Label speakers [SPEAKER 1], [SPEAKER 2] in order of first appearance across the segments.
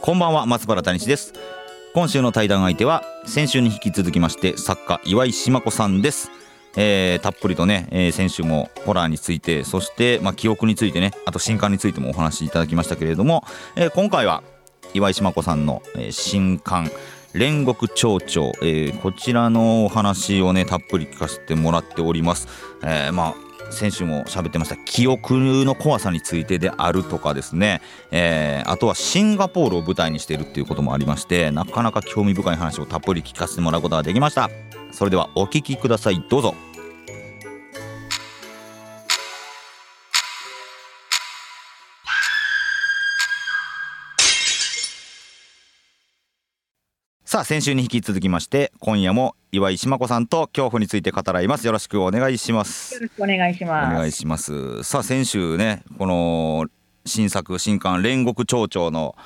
[SPEAKER 1] こんばんは松原谷志です今週の対談相手は先週に引き続きまして作家岩井島子さんです、えーたっぷりとね、えー先週もホラーについてそして、まあ、記憶についてねあと新刊についてもお話しいただきましたけれども、えー今回は岩井島子さんの、えー新刊煉獄町長、えーこちらのお話をねたっぷり聞かせてもらっております、えーまあ先週も喋ってました記憶の怖さについてであるとかですね、えーあとはシンガポールを舞台にしているっていうこともありましてなかなか興味深い話をたっぷり聞かせてもらうことができましたそれではお聞きくださいどうぞさあ先週に引き続きまして今夜も岩井島子さんと恐怖について語らいますよろしくお願いします
[SPEAKER 2] よろしくお願いし
[SPEAKER 1] お
[SPEAKER 2] ま
[SPEAKER 1] 願い
[SPEAKER 2] す。
[SPEAKER 1] します。さあ先週ねこの新作新刊「煉獄町長」の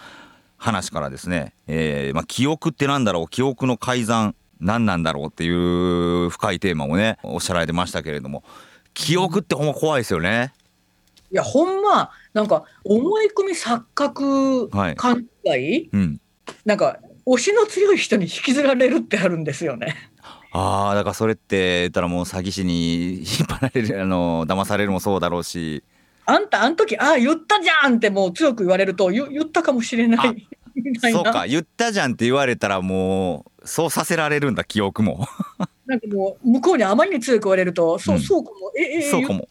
[SPEAKER 1] 話からですね、えーまあ、記憶ってなんだろう記憶の改ざん何なんだろうっていう深いテーマをねおっしゃられてましたけれども記憶ってほんま怖いですよね。
[SPEAKER 2] いや、ほんま、なんか思い込み錯覚、
[SPEAKER 1] はい
[SPEAKER 2] 勘違い、
[SPEAKER 1] うん、
[SPEAKER 2] なんか推しの強い人に引きずられるってあるんですよね。
[SPEAKER 1] あーだからそれって言ったらもう詐欺師に引っ張られるあ の騙されるもそうだろうし
[SPEAKER 2] あんた、あん時、ああ、言ったじゃんってもう強く言われると、ゆ言ったかもしれない。みたい
[SPEAKER 1] そう
[SPEAKER 2] な
[SPEAKER 1] か言ったじゃんって言われたらもうそうさせられるんだ記憶も
[SPEAKER 2] なんかもう向こうにあまりに強く言われると、そう、
[SPEAKER 1] うん
[SPEAKER 2] そうかも、え、え、え
[SPEAKER 1] そうかも。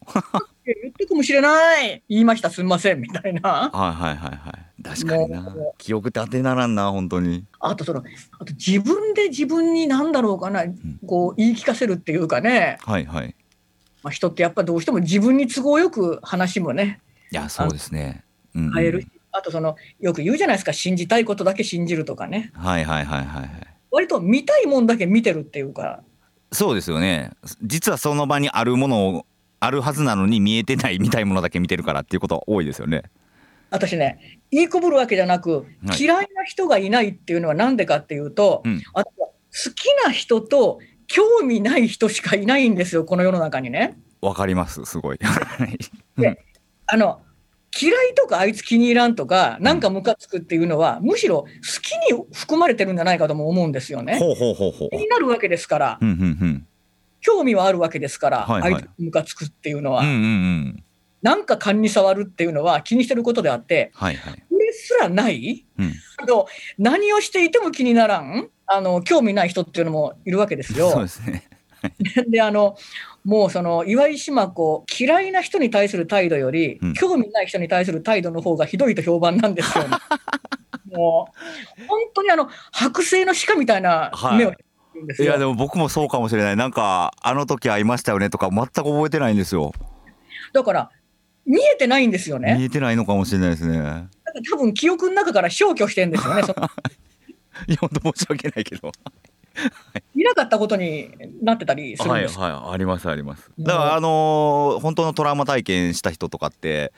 [SPEAKER 2] 言って言ったかもしれない、言いました、すみません、みたい
[SPEAKER 1] は
[SPEAKER 2] な。
[SPEAKER 1] いはいはいはい確かにな
[SPEAKER 2] も
[SPEAKER 1] 記憶って当てならんな本当に
[SPEAKER 2] あと、その、あと自分で自分に何だろうかな、こう言い聞かせるっていうかね。
[SPEAKER 1] はいはい
[SPEAKER 2] まあ、人ってやっぱどうしても自分に都合よく話もね
[SPEAKER 1] いやそうですねうんうん
[SPEAKER 2] 変えるし、あとそのよく言うじゃないですか信じたいことだけ信じるとかね
[SPEAKER 1] はいはいはいはいはい
[SPEAKER 2] 割と見たいもんだけ見てるっていうか
[SPEAKER 1] そうですよね実はその場にあるものをあるはずなのに見えてない見たいものだけ見てるからっていうことは多いですよね
[SPEAKER 2] 私ね言いこぶるわけじゃなく
[SPEAKER 1] はい
[SPEAKER 2] 嫌いな人がいないっていうのは何でかっていうと、
[SPEAKER 1] うん
[SPEAKER 2] あとは好きな人と興味ない人しかいないんですよこの世の中にね。
[SPEAKER 1] わかりますす ごいはい
[SPEAKER 2] あの嫌いとかあいつ気に入らんとかなんかムカつくっていうのはむしろ好きに含まれてるんじゃないかとも思うんですよね。
[SPEAKER 1] ほうほうほうほう
[SPEAKER 2] 気になるわけですから
[SPEAKER 1] うんうんうん
[SPEAKER 2] 興味はあるわけですから、
[SPEAKER 1] はいはい
[SPEAKER 2] 相手にムカつくっていうのは、
[SPEAKER 1] うんうんうん
[SPEAKER 2] なんか勘に触るっていうのは気にしてることであって、
[SPEAKER 1] はいはい
[SPEAKER 2] これすらない
[SPEAKER 1] うん
[SPEAKER 2] あの何をしていても気にならんあの興味ない人っていうのもいるわけです
[SPEAKER 1] そう
[SPEAKER 2] よ
[SPEAKER 1] で。すね
[SPEAKER 2] であのもうその岩井島子嫌いな人に対する態度より、
[SPEAKER 1] うん
[SPEAKER 2] 興味ない人に対する態度の方がひどいと評判な んですよ、ね。もう本当にあの剥製の鹿みたいな目をしてるんです
[SPEAKER 1] い
[SPEAKER 2] よ。
[SPEAKER 1] やでも僕もそうかもしれないなんかあの時会いましたよねとか全く覚えてないんですよ
[SPEAKER 2] だから見えてないんですよね。
[SPEAKER 1] 見えてないのかもしれないですね
[SPEAKER 2] なんか多分記憶の中から消去してんです よね。その
[SPEAKER 1] いや本当申し訳ないけど
[SPEAKER 2] いなかったことになってたりするん
[SPEAKER 1] はい
[SPEAKER 2] です。
[SPEAKER 1] はいありますあります
[SPEAKER 2] うん
[SPEAKER 1] だからあのー本当のトラウマ体験した人とかって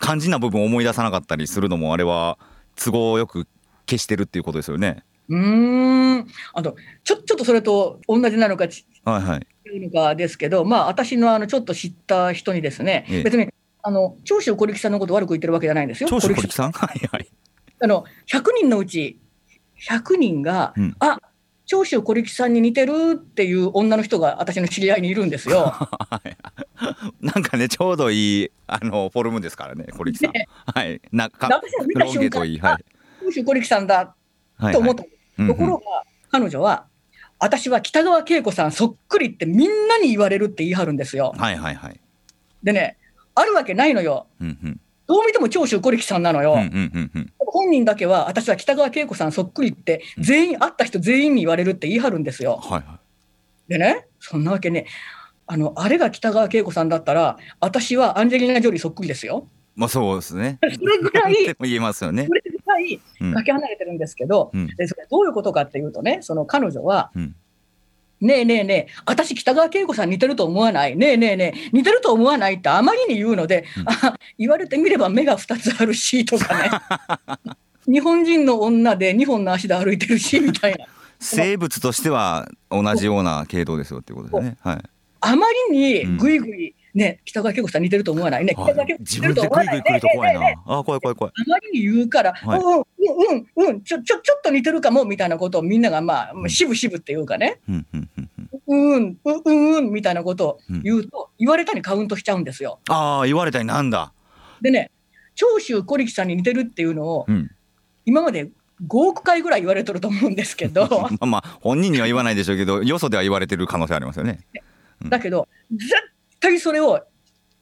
[SPEAKER 1] 肝心な部分を思い出さなかったりするのもあれは都合よく消してるっていうことですよね
[SPEAKER 2] うーん。あとちょちょっとそれと同じなのか違
[SPEAKER 1] はいはいう
[SPEAKER 2] のかですけど、まあ私のあのちょっと知った人にですね、
[SPEAKER 1] ええ
[SPEAKER 2] 別にあの長州小力さんのこと悪く言ってるわけじゃないんですよ。
[SPEAKER 1] 長州小
[SPEAKER 2] 小力
[SPEAKER 1] 力さんはいはい
[SPEAKER 2] さんあの100人のうち100人が、
[SPEAKER 1] うん
[SPEAKER 2] あ長州小力さんに似てるっていう女の人が私の知り合いにいるんですよ。
[SPEAKER 1] なんかねちょうどいいあのフォルムですからね 小力さん、
[SPEAKER 2] ね
[SPEAKER 1] はいなんか
[SPEAKER 2] 私が見た
[SPEAKER 1] ロン毛
[SPEAKER 2] 瞬
[SPEAKER 1] と
[SPEAKER 2] 間、
[SPEAKER 1] いいはい
[SPEAKER 2] 長州小力さんだ
[SPEAKER 1] はい
[SPEAKER 2] と思
[SPEAKER 1] はい
[SPEAKER 2] った
[SPEAKER 1] うんう
[SPEAKER 2] ところ
[SPEAKER 1] ん
[SPEAKER 2] が、彼女は、私は北川景子さんそっくりってみんなに言われるって言い張るんですよ。
[SPEAKER 1] はいはいはい
[SPEAKER 2] でね、あるわけないのよ。
[SPEAKER 1] うんうん
[SPEAKER 2] どう見ても長州小力さんなのよ。
[SPEAKER 1] うんうんうんうん
[SPEAKER 2] 本人だけは、私は北川景子さんそっくりって、全員、会った人全員に言われるって言い張るんですよ。
[SPEAKER 1] はいは
[SPEAKER 2] でね、そんなわけね、あの、あれが北川景子さんだったら、私はアンジェリーナ・ジョリーそっくりですよ。
[SPEAKER 1] いまあそうですね
[SPEAKER 2] それぐら
[SPEAKER 1] 何
[SPEAKER 2] い
[SPEAKER 1] で、も言えますよね
[SPEAKER 2] それぐらい
[SPEAKER 1] うん
[SPEAKER 2] かけ離れてるんですけど、
[SPEAKER 1] うん
[SPEAKER 2] でそれどういうことかっていうとね、その彼女は、
[SPEAKER 1] うん
[SPEAKER 2] ねえねえねえ、私、北川景子さん似てると思わない、ねえねえねえ、似てると思わないってあまりに言うので、
[SPEAKER 1] うん
[SPEAKER 2] あ言われてみれば目が2つあるしとか ね、日本人の女で2本の足で歩いてる しみたいな、
[SPEAKER 1] 生物としては同じような系統ですよっていうことですね。はい。
[SPEAKER 2] あまりにぐいぐい、ね、北川景子さん似てると思わないね、北川景子さ
[SPEAKER 1] 自
[SPEAKER 2] ん似て
[SPEAKER 1] 分
[SPEAKER 2] ると
[SPEAKER 1] でグイ
[SPEAKER 2] 思わな
[SPEAKER 1] グ
[SPEAKER 2] い
[SPEAKER 1] イ来ると怖いな
[SPEAKER 2] ねえねえねえ。
[SPEAKER 1] あー怖い怖い怖い。
[SPEAKER 2] あまりに言うから、
[SPEAKER 1] はい
[SPEAKER 2] うんうんうんうんちょちょちょっと似てるかもみたいなことをみんながまあ
[SPEAKER 1] うん
[SPEAKER 2] しぶしぶっていうかね、
[SPEAKER 1] うんうんうんうん。
[SPEAKER 2] うんうんうんうんうんみたいなことを言うと、言われたにカウントしちゃうんですよ。
[SPEAKER 1] ああ言われたりなんだ。
[SPEAKER 2] でね長州小力さんに似てるっていうのを
[SPEAKER 1] うん。
[SPEAKER 2] 今まで5億回ぐらい言われてると思うんですけど
[SPEAKER 1] まあまあ本人には言わないでしょうけど、よそでは言われてる可能性ありますよね。
[SPEAKER 2] だけど絶対それを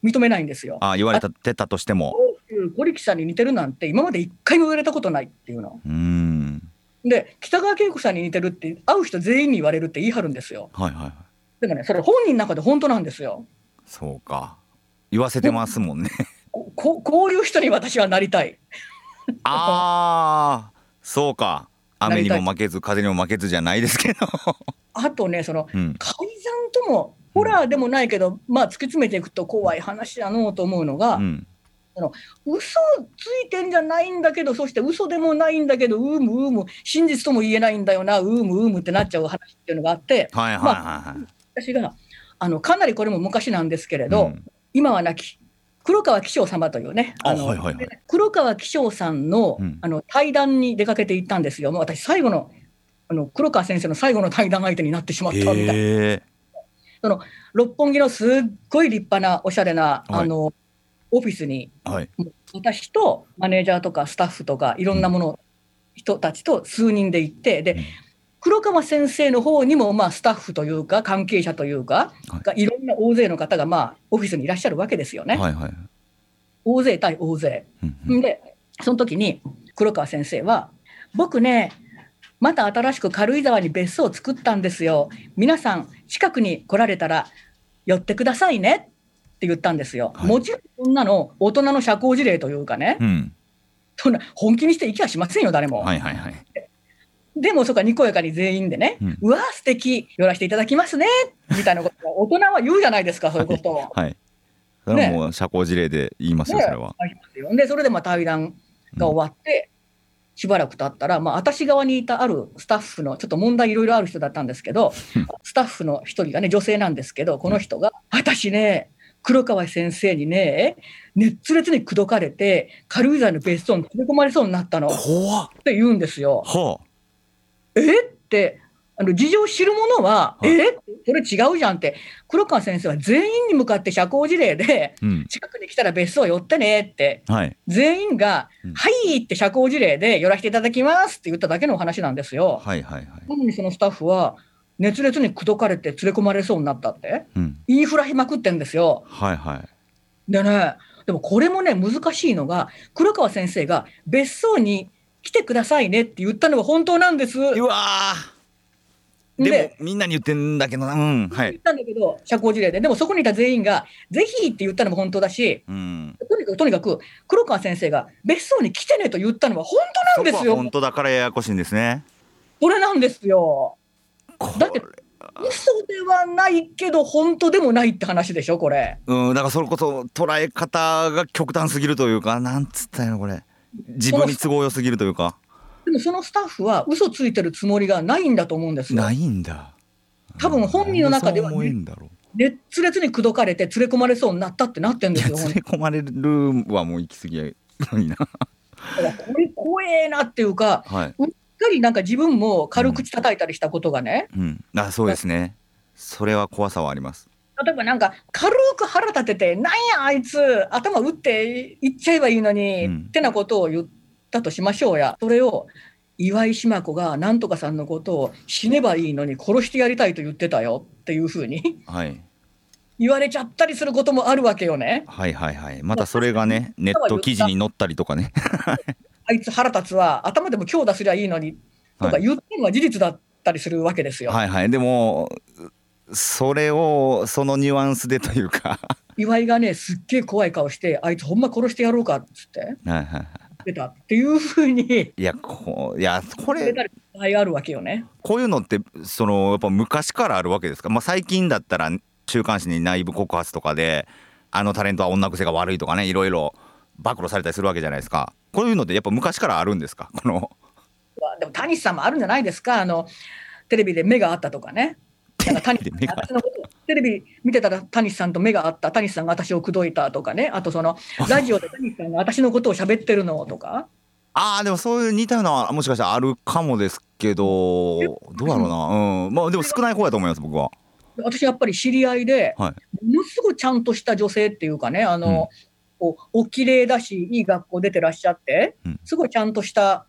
[SPEAKER 2] 認めないんですよ。
[SPEAKER 1] ああ言われたてたとしても。
[SPEAKER 2] 長州小力さんに似てるなんて今まで一回も言われたことないっていうの。
[SPEAKER 1] うーん。
[SPEAKER 2] で北川景子さんに似てるって会う人全員に言われるって言い張るんですよ。
[SPEAKER 1] はいはいはい。
[SPEAKER 2] でもねそれ本人の中で本当なんですよ。
[SPEAKER 1] そうか。言わせてますもん ね。
[SPEAKER 2] こここういう人に私はなりたい。
[SPEAKER 1] ああそうか。雨にも負けず風にも負けずじゃないですけど。
[SPEAKER 2] あとねその
[SPEAKER 1] うん。
[SPEAKER 2] 改ざんともホラーでもないけど、まあ突き詰めていくと怖い話だのうと思うのが、
[SPEAKER 1] うん。
[SPEAKER 2] 嘘ついてんじゃないんだけどそして嘘でもないんだけどうーむうーむ真実とも言えないんだよなうーむうーむってなっちゃう話っていうのがあって
[SPEAKER 1] はいはいはいはい。
[SPEAKER 2] 私があのかなりこれも昔なんですけれど、
[SPEAKER 1] うん
[SPEAKER 2] 今は亡き黒川紀章様というね
[SPEAKER 1] あ
[SPEAKER 2] の
[SPEAKER 1] はいはいはい
[SPEAKER 2] 黒川紀章さんの,、
[SPEAKER 1] うん
[SPEAKER 2] あの対談に出かけていったんですよもう私最後のあの黒川先生の最後の対談相手になってしまったみたいな。
[SPEAKER 1] へえ。
[SPEAKER 2] 六本木のすっごい立派なおしゃれな、
[SPEAKER 1] はい
[SPEAKER 2] あのオフィスに
[SPEAKER 1] はい。
[SPEAKER 2] 私とマネージャーとかスタッフとかいろんなもの、人たちと数人で行ってで、
[SPEAKER 1] うん
[SPEAKER 2] 黒川先生の方にも、まあ、スタッフというか関係者というか、
[SPEAKER 1] はい
[SPEAKER 2] がいろんな大勢の方が、まあ、オフィスにいらっしゃるわけですよね、
[SPEAKER 1] はいはい。
[SPEAKER 2] 大勢対大勢。
[SPEAKER 1] うんうん
[SPEAKER 2] でその時に黒川先生は「僕ねまた新しく軽井沢に別荘を作ったんですよ皆さん近くに来られたら寄ってくださいね」って言ったんですよ。
[SPEAKER 1] はい
[SPEAKER 2] もちろんそんなの大人の社交辞令というかね、
[SPEAKER 1] うん。
[SPEAKER 2] そんな本気にして行きはしませんよ誰も。
[SPEAKER 1] はいはいはい。
[SPEAKER 2] でもそこはにこやかに全員でね「
[SPEAKER 1] う
[SPEAKER 2] うんわー素敵寄らせていただきますね」みたいなことを大人は言うじゃないですかそういうことを。
[SPEAKER 1] はい。それはもう社交辞令で言いますよ、
[SPEAKER 2] ね
[SPEAKER 1] それは。
[SPEAKER 2] ありますよでそれでまあ対談が終わって、しばらく経ったら、まあ、私側にいたあるスタッフのちょっと問題いろいろある人だったんですけ どスタッフの一人がね女性なんですけどこの人が「私ね黒川先生にね熱烈に口説かれて軽井沢の別荘に連れ込まれそうになったの」っ
[SPEAKER 1] 怖って
[SPEAKER 2] 言うんですよ。
[SPEAKER 1] は
[SPEAKER 2] えってあの事情を知る者は「
[SPEAKER 1] はい
[SPEAKER 2] えそれ違うじゃん」って黒川先生は全員に向かって社交辞 令で
[SPEAKER 1] あ。うん。
[SPEAKER 2] 「近くに来たら別荘寄ってね」って
[SPEAKER 1] はい。
[SPEAKER 2] 全員が
[SPEAKER 1] うん
[SPEAKER 2] 「はい」って社交辞令で寄らせていただきますって言っただけのお話なんですよ。
[SPEAKER 1] はいはいはい。
[SPEAKER 2] なのにそのスタッフは熱烈に口説かれて連れ込まれそうになったって
[SPEAKER 1] うん。
[SPEAKER 2] 言いふらしまくってんですよ。
[SPEAKER 1] はいはい。
[SPEAKER 2] でねでもこれもね難しいのが黒川先生が別荘に来てくださいねって言ったのが本当なんです。
[SPEAKER 1] うわーで
[SPEAKER 2] で
[SPEAKER 1] もみんなに言ってんだけどな。うん。は
[SPEAKER 2] 言
[SPEAKER 1] い
[SPEAKER 2] っ。たんだけど社交辞令ででもそこにいた全員が「ぜひ」って言ったのも本当だし
[SPEAKER 1] うん。
[SPEAKER 2] とにかくとにかく黒川先生が別荘に来てねと言ったのは本当なんです
[SPEAKER 1] そこは
[SPEAKER 2] よ。
[SPEAKER 1] 本当だからややこしいんですね。
[SPEAKER 2] それなんですよ。だって
[SPEAKER 1] これ
[SPEAKER 2] 嘘ではないけど本当でもないって話でしょこれ
[SPEAKER 1] うん、だからそれこそ捉え方が極端すぎるというか、なんつったんやろこれ。自分に都合良すぎるというか。
[SPEAKER 2] でもそのスタッフは嘘ついてるつもりがないんだと思うんですよ
[SPEAKER 1] ないんだ。
[SPEAKER 2] 多分本人の中では
[SPEAKER 1] なんそう思えんだろう。
[SPEAKER 2] 熱烈に口説かれて連れ込まれそうになったってなってん
[SPEAKER 1] い
[SPEAKER 2] で
[SPEAKER 1] や、
[SPEAKER 2] すよ
[SPEAKER 1] 連れ込まれるはもう行き過ぎやのにな。
[SPEAKER 2] だからこれ怖えなっていうか
[SPEAKER 1] はい。
[SPEAKER 2] しっかりなんか自分も軽口叩いたりしたことがね、
[SPEAKER 1] うん。あ、そうですね。それは怖さはあります。
[SPEAKER 2] 例えばなんか軽く腹立てて「なんやあいつ頭打っていっちゃえばいいのに」
[SPEAKER 1] うん
[SPEAKER 2] ってなことを言ったとしましょうやそれを岩井島子がなんとかさんのことを死ねばいいのに殺してやりたいと言ってたよっていうふうに
[SPEAKER 1] はい。
[SPEAKER 2] 言われちゃったりすることもあるわけよね。
[SPEAKER 1] はいはいはい。またそれがね、ネット記事に載ったりとかね。
[SPEAKER 2] あいつ腹立つわ頭でも強打すりゃいいのにとか
[SPEAKER 1] はい
[SPEAKER 2] 言ってるのは事実だったりするわけですよ。
[SPEAKER 1] はいはい。でも、それを、そのニュアンスでというか。
[SPEAKER 2] 岩井がねすっげえ怖い顔してあいつほんま殺してやろうかっつって
[SPEAKER 1] はいはいはい。
[SPEAKER 2] ってたっていうふうに
[SPEAKER 1] いやこういやこ
[SPEAKER 2] 言われ
[SPEAKER 1] れ
[SPEAKER 2] たり場合があるわけよね。
[SPEAKER 1] こういうのってそのやっぱ昔からあるわけですか、まあ、最近だったら週刊誌に内部告発とかであのタレントは女癖が悪いとかねいろいろ暴露されたりするわけじゃないですかこういうのってやっぱ昔からあるんですかこの
[SPEAKER 2] でも谷さんもあるんじゃないですかあのテレビで目があったとかね。なんか谷
[SPEAKER 1] テレビで目が合った
[SPEAKER 2] 私のことテレビ見てたら谷さんと目があった谷さんが私を口説いたとかねあとそのラジオで谷さんが私のことを喋ってるのとか
[SPEAKER 1] ああでもそういう似たようなのはもしかしたらあるかもですけどどうだろうなうんまあでも少ない方やと思います僕は
[SPEAKER 2] 私やっぱり知り合いで、
[SPEAKER 1] は
[SPEAKER 2] ものすごいちゃんとした女性っていうかねあの、こうお綺麗だしいい学校出てらっしゃって
[SPEAKER 1] うん
[SPEAKER 2] すごいちゃんとした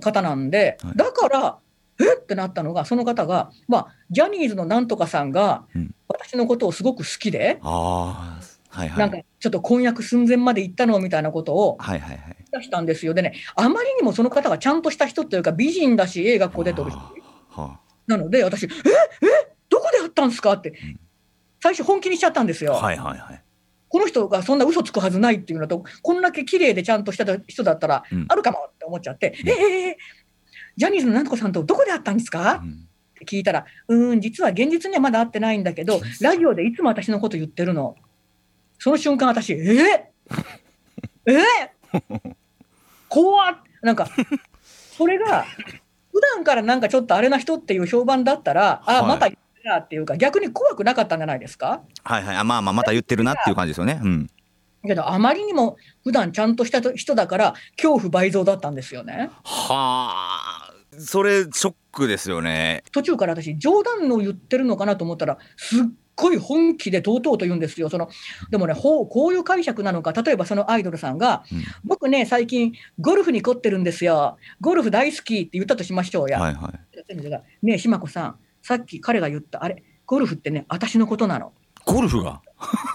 [SPEAKER 2] 方なんで、
[SPEAKER 1] はい
[SPEAKER 2] だからえっってなったのがその方が、まあ、ジャニーズのなんとかさんが
[SPEAKER 1] うん
[SPEAKER 2] 私のことをすごく好きで、
[SPEAKER 1] ああはいはい
[SPEAKER 2] なんかちょっと婚約寸前まで行ったのみたいなことを
[SPEAKER 1] はいはいはい
[SPEAKER 2] 出したんですよでねあまりにもその方がちゃんとした人というか美人だしいい学校出てるし
[SPEAKER 1] あーは
[SPEAKER 2] なので私「ええどこで会ったんですか?」って
[SPEAKER 1] ん
[SPEAKER 2] 最初本気にしちゃったんですよ。
[SPEAKER 1] あはいはいはい
[SPEAKER 2] この人がそんな嘘つくはずないっていうのと、こんだけ綺麗でちゃんとした人だったら
[SPEAKER 1] うん、
[SPEAKER 2] あるかもって思っちゃって、
[SPEAKER 1] うん
[SPEAKER 2] ええええジャニーズのなんとかさんとどこで会ったんですか
[SPEAKER 1] うん
[SPEAKER 2] って聞いたら、うーん、実は現実にはまだ会ってないんだけど、ラジオでいつも私のこと言ってるの。その瞬間、私、え えええ怖っなんか、それが、普段からなんかちょっとあれな人っていう評判だったら、あ
[SPEAKER 1] はい
[SPEAKER 2] また言ったなっていうか、逆に怖くなかったんじゃないですか
[SPEAKER 1] はいはいあまあまあまた言ってるなっていう感じですよねうん
[SPEAKER 2] けどあまりにも普段ちゃんとした人だから恐怖倍増だったんですよね
[SPEAKER 1] はあそれショックですよね
[SPEAKER 2] 途中から私冗談の言ってるのかなと思ったらすっごい本気でとうとうと言うんですよそのでもねほうこういう解釈なのか例えばそのアイドルさんが
[SPEAKER 1] うん
[SPEAKER 2] 「僕ね最近ゴルフに凝ってるんですよゴルフ大好き」って言ったとしましょうや、
[SPEAKER 1] はいはい
[SPEAKER 2] ねえ島子さんさっき彼が言ったあれゴルフってね私のことなの
[SPEAKER 1] ゴルフが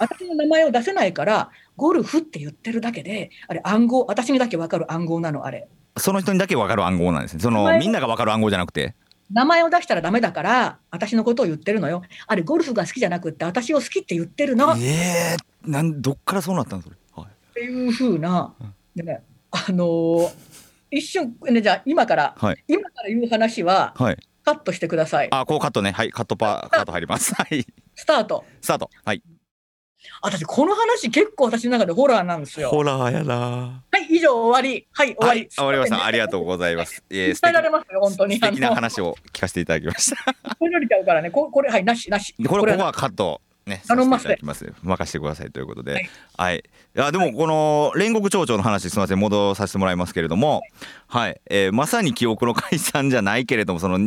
[SPEAKER 2] 私の名前を出せないからゴルフって言ってるだけであれ暗号私にだけ分かる暗号なのあれ
[SPEAKER 1] その人にだけ分かる暗号なんですねそ
[SPEAKER 2] 名
[SPEAKER 1] の
[SPEAKER 2] 前
[SPEAKER 1] みんなが分かる暗号じゃなくて
[SPEAKER 2] 名前を出したらダメだから私のことを言ってるのよあれゴルフが好きじゃなくって私を好きって言ってるのっ
[SPEAKER 1] ええなんどっからそうなったのそれ、はい、
[SPEAKER 2] ていう風な
[SPEAKER 1] うん
[SPEAKER 2] でねあのー一瞬ねじゃあ今から、
[SPEAKER 1] はい
[SPEAKER 2] 今から言う話は
[SPEAKER 1] はい、
[SPEAKER 2] カットしてください
[SPEAKER 1] あこうカットねはいカットパカット入りますはい
[SPEAKER 2] スタート
[SPEAKER 1] スタートはい
[SPEAKER 2] 私この話結構私の中でホラーなんですよ
[SPEAKER 1] ラーやな
[SPEAKER 2] はい以上終わりはい終わ
[SPEAKER 1] は
[SPEAKER 2] り、
[SPEAKER 1] い終わりましたありが
[SPEAKER 2] う
[SPEAKER 1] とうござい ますえー、素
[SPEAKER 2] 伝えられ
[SPEAKER 1] 敵
[SPEAKER 2] ますよ本当に
[SPEAKER 1] 素敵な
[SPEAKER 2] あの
[SPEAKER 1] 話を聞かせていただきました
[SPEAKER 2] これよりちゃうからねここれはいなしなし
[SPEAKER 1] でこれここ
[SPEAKER 2] は
[SPEAKER 1] はカットね、させて
[SPEAKER 2] 頼
[SPEAKER 1] い
[SPEAKER 2] みま
[SPEAKER 1] た
[SPEAKER 2] す
[SPEAKER 1] だきます任せてくださいということで、は
[SPEAKER 2] はいい、
[SPEAKER 1] い、やでもこの煉獄町長の話すみません戻させてもらいますけれども、はい、えーまさに記憶の解散じゃないけれどもその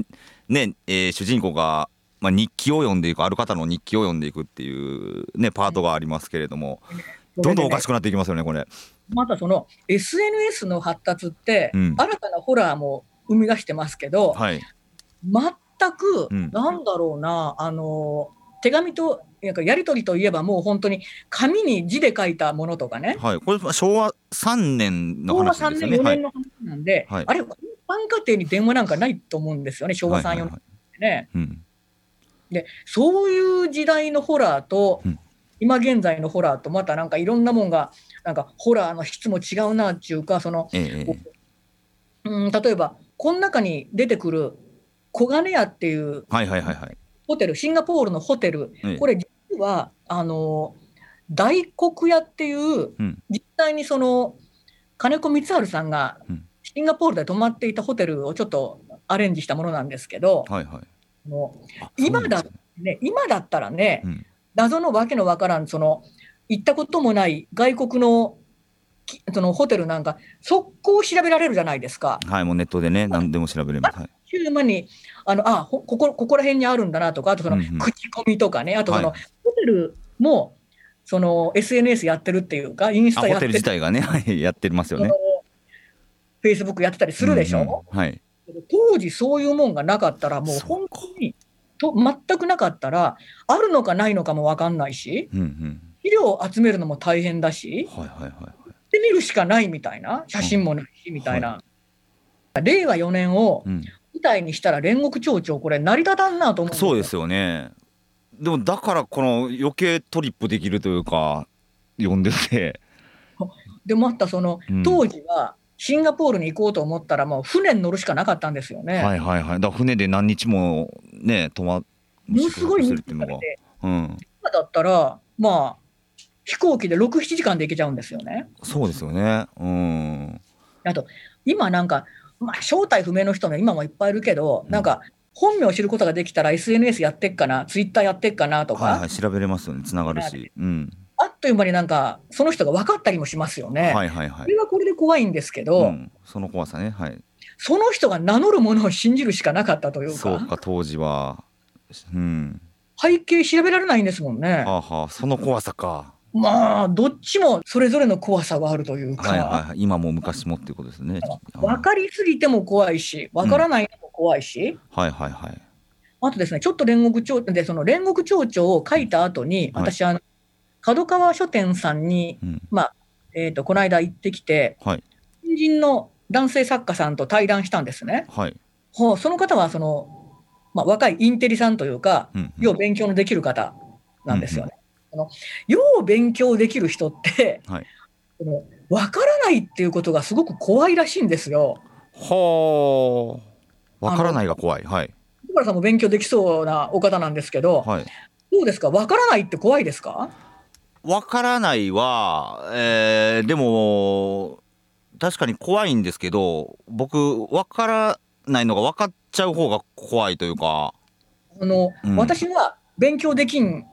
[SPEAKER 1] ね、えー主人公がまあ日記を読んでいくある方の日記を読んでいくっていうねパートがありますけれども、どんどんおかしくなっていきますよねこれ。
[SPEAKER 2] またその SNS の発達って、
[SPEAKER 1] うん
[SPEAKER 2] 新たなホラーも生み出してますけど、
[SPEAKER 1] はい。
[SPEAKER 2] 全く、
[SPEAKER 1] うん
[SPEAKER 2] なんだろうな、あの手紙となんかやり取りといえば、もう本当に紙に字で書いたものとかね、
[SPEAKER 1] はい、これまあ昭和三年の
[SPEAKER 2] 昭和
[SPEAKER 1] 話
[SPEAKER 2] 3
[SPEAKER 1] です
[SPEAKER 2] 年、
[SPEAKER 1] よね。
[SPEAKER 2] 4
[SPEAKER 1] はい
[SPEAKER 2] 年の話なんで、
[SPEAKER 1] はい
[SPEAKER 2] あれ、一般家庭に電話なんかないと思うんですよね、昭和3、
[SPEAKER 1] はい
[SPEAKER 2] 4
[SPEAKER 1] はい
[SPEAKER 2] 年
[SPEAKER 1] はい
[SPEAKER 2] ってね、
[SPEAKER 1] うん
[SPEAKER 2] で。そういう時代のホラーと、
[SPEAKER 1] うん
[SPEAKER 2] 今現在のホラーと、またなんかいろんなもんが、なんかホラーの質も違うなっていうか、その
[SPEAKER 1] ええええ
[SPEAKER 2] うん例えばこの中に出てくる小金屋っていう
[SPEAKER 1] はいはいはいはい。
[SPEAKER 2] ホテルシンガポールのホテル
[SPEAKER 1] ええ
[SPEAKER 2] これ実はあの大黒屋っていう
[SPEAKER 1] うん
[SPEAKER 2] 実際にその金子光晴さんが
[SPEAKER 1] うん
[SPEAKER 2] シンガポールで泊まっていたホテルをちょっとアレンジしたものなんですけど、
[SPEAKER 1] はいはい。
[SPEAKER 2] も
[SPEAKER 1] あ
[SPEAKER 2] 今だ
[SPEAKER 1] そうなんですね
[SPEAKER 2] うね、今だったらね、
[SPEAKER 1] うん
[SPEAKER 2] 謎のわけのわからんその行ったこともない外国のきそのホテルなんか速攻調べられるじゃないですか。
[SPEAKER 1] はい、もうネットでね、何でも調べれます。はい。
[SPEAKER 2] 昼間にあのあほここここら辺にあるんだなとかあとその、
[SPEAKER 1] うんうん
[SPEAKER 2] 口コミとかねあとその、
[SPEAKER 1] は
[SPEAKER 2] ホテルもその SNS やってるっていうかインス
[SPEAKER 1] あ、
[SPEAKER 2] タや
[SPEAKER 1] ホ
[SPEAKER 2] っ
[SPEAKER 1] テ
[SPEAKER 2] て
[SPEAKER 1] ル
[SPEAKER 2] る
[SPEAKER 1] 自体がね、 はい、やってますよね。
[SPEAKER 2] フェイスブックやってたりするでしょ、
[SPEAKER 1] うんうんはい。
[SPEAKER 2] 当時そういうもんがなかったらもう
[SPEAKER 1] そ
[SPEAKER 2] 本当にと全くなかったらあるのかないのかも分かんないし
[SPEAKER 1] うんうん。
[SPEAKER 2] 資料を集めるのも大変だし
[SPEAKER 1] はいはいはい。
[SPEAKER 2] 行ってみるしかないみたいな写真もないしみたいな、令和4年を
[SPEAKER 1] うん。
[SPEAKER 2] 舞台にしたら煉獄町長これ成り立たんなと思うんよ
[SPEAKER 1] そうですよね。でもだからこの余計トリップできるというか、読んでて。
[SPEAKER 2] でまたその
[SPEAKER 1] うん
[SPEAKER 2] 当時はシンガポールに行こうと思ったら、もう船に乗るしかなかったんですよね。
[SPEAKER 1] はいはいはい。だから船で何日もね、泊まっ
[SPEAKER 2] ものすごい
[SPEAKER 1] す
[SPEAKER 2] 難
[SPEAKER 1] るっ
[SPEAKER 2] し
[SPEAKER 1] い
[SPEAKER 2] てく
[SPEAKER 1] うのが。
[SPEAKER 2] て、
[SPEAKER 1] うん。
[SPEAKER 2] 今だったら、まあ、飛行機で6、7時間で行けちゃうんですよね。
[SPEAKER 1] そうですよね。うん。
[SPEAKER 2] 今なんか、まあ、正体不明の人も今もいっぱいいるけど、
[SPEAKER 1] うん
[SPEAKER 2] なんか、本名を知ることができたら SNS やってっかな、ツイッターやってっかなとか、
[SPEAKER 1] はいはい。調べれますよね。つながるし。うん。
[SPEAKER 2] あっという間になんか、その人が分かったりもしますよね。
[SPEAKER 1] はいはいは
[SPEAKER 2] こ
[SPEAKER 1] い
[SPEAKER 2] れ。はこれで怖いんですけど、
[SPEAKER 1] うん、その怖さね。はい。
[SPEAKER 2] その人が名乗るものを信じるしかなかったという
[SPEAKER 1] そ
[SPEAKER 2] か、
[SPEAKER 1] うか、当時は。うん。
[SPEAKER 2] 背景調べられないんですもんね。
[SPEAKER 1] はあはあ、その怖さか。
[SPEAKER 2] まあ、どっちもそれぞれの怖さがあるというか、
[SPEAKER 1] はいはいはい。今も昔もっていうことですね。
[SPEAKER 2] 分かりすぎても怖いし、分からないのも怖いし、
[SPEAKER 1] はいはいはい。
[SPEAKER 2] あとですね、ちょっと煉獄長で、その煉獄長調を書いた後に、
[SPEAKER 1] はい
[SPEAKER 2] 私、あの角川書店さんに、
[SPEAKER 1] うん。
[SPEAKER 2] えー、とこの間行ってきて、
[SPEAKER 1] はい
[SPEAKER 2] 新人の男性作家さんと対談したんですね。
[SPEAKER 1] はい。
[SPEAKER 2] ほうその方はその、まあ、若いインテリさんというか、
[SPEAKER 1] うん。
[SPEAKER 2] よう勉強のできる方なんですよね。そのよう勉強できる人って、
[SPEAKER 1] はい
[SPEAKER 2] その分からないっていうことがすごく怖いらしいんですよ。
[SPEAKER 1] はあ。わからないが怖い。はい。
[SPEAKER 2] 小原さんも勉強できそうなお方なんですけど、
[SPEAKER 1] はい。
[SPEAKER 2] どうですか、分からないって怖いですか
[SPEAKER 1] わからないは、えーでも確かに怖いんですけど僕わからないのが分かっちゃう方が怖いというか、
[SPEAKER 2] あの、
[SPEAKER 1] うん
[SPEAKER 2] 私は勉強できん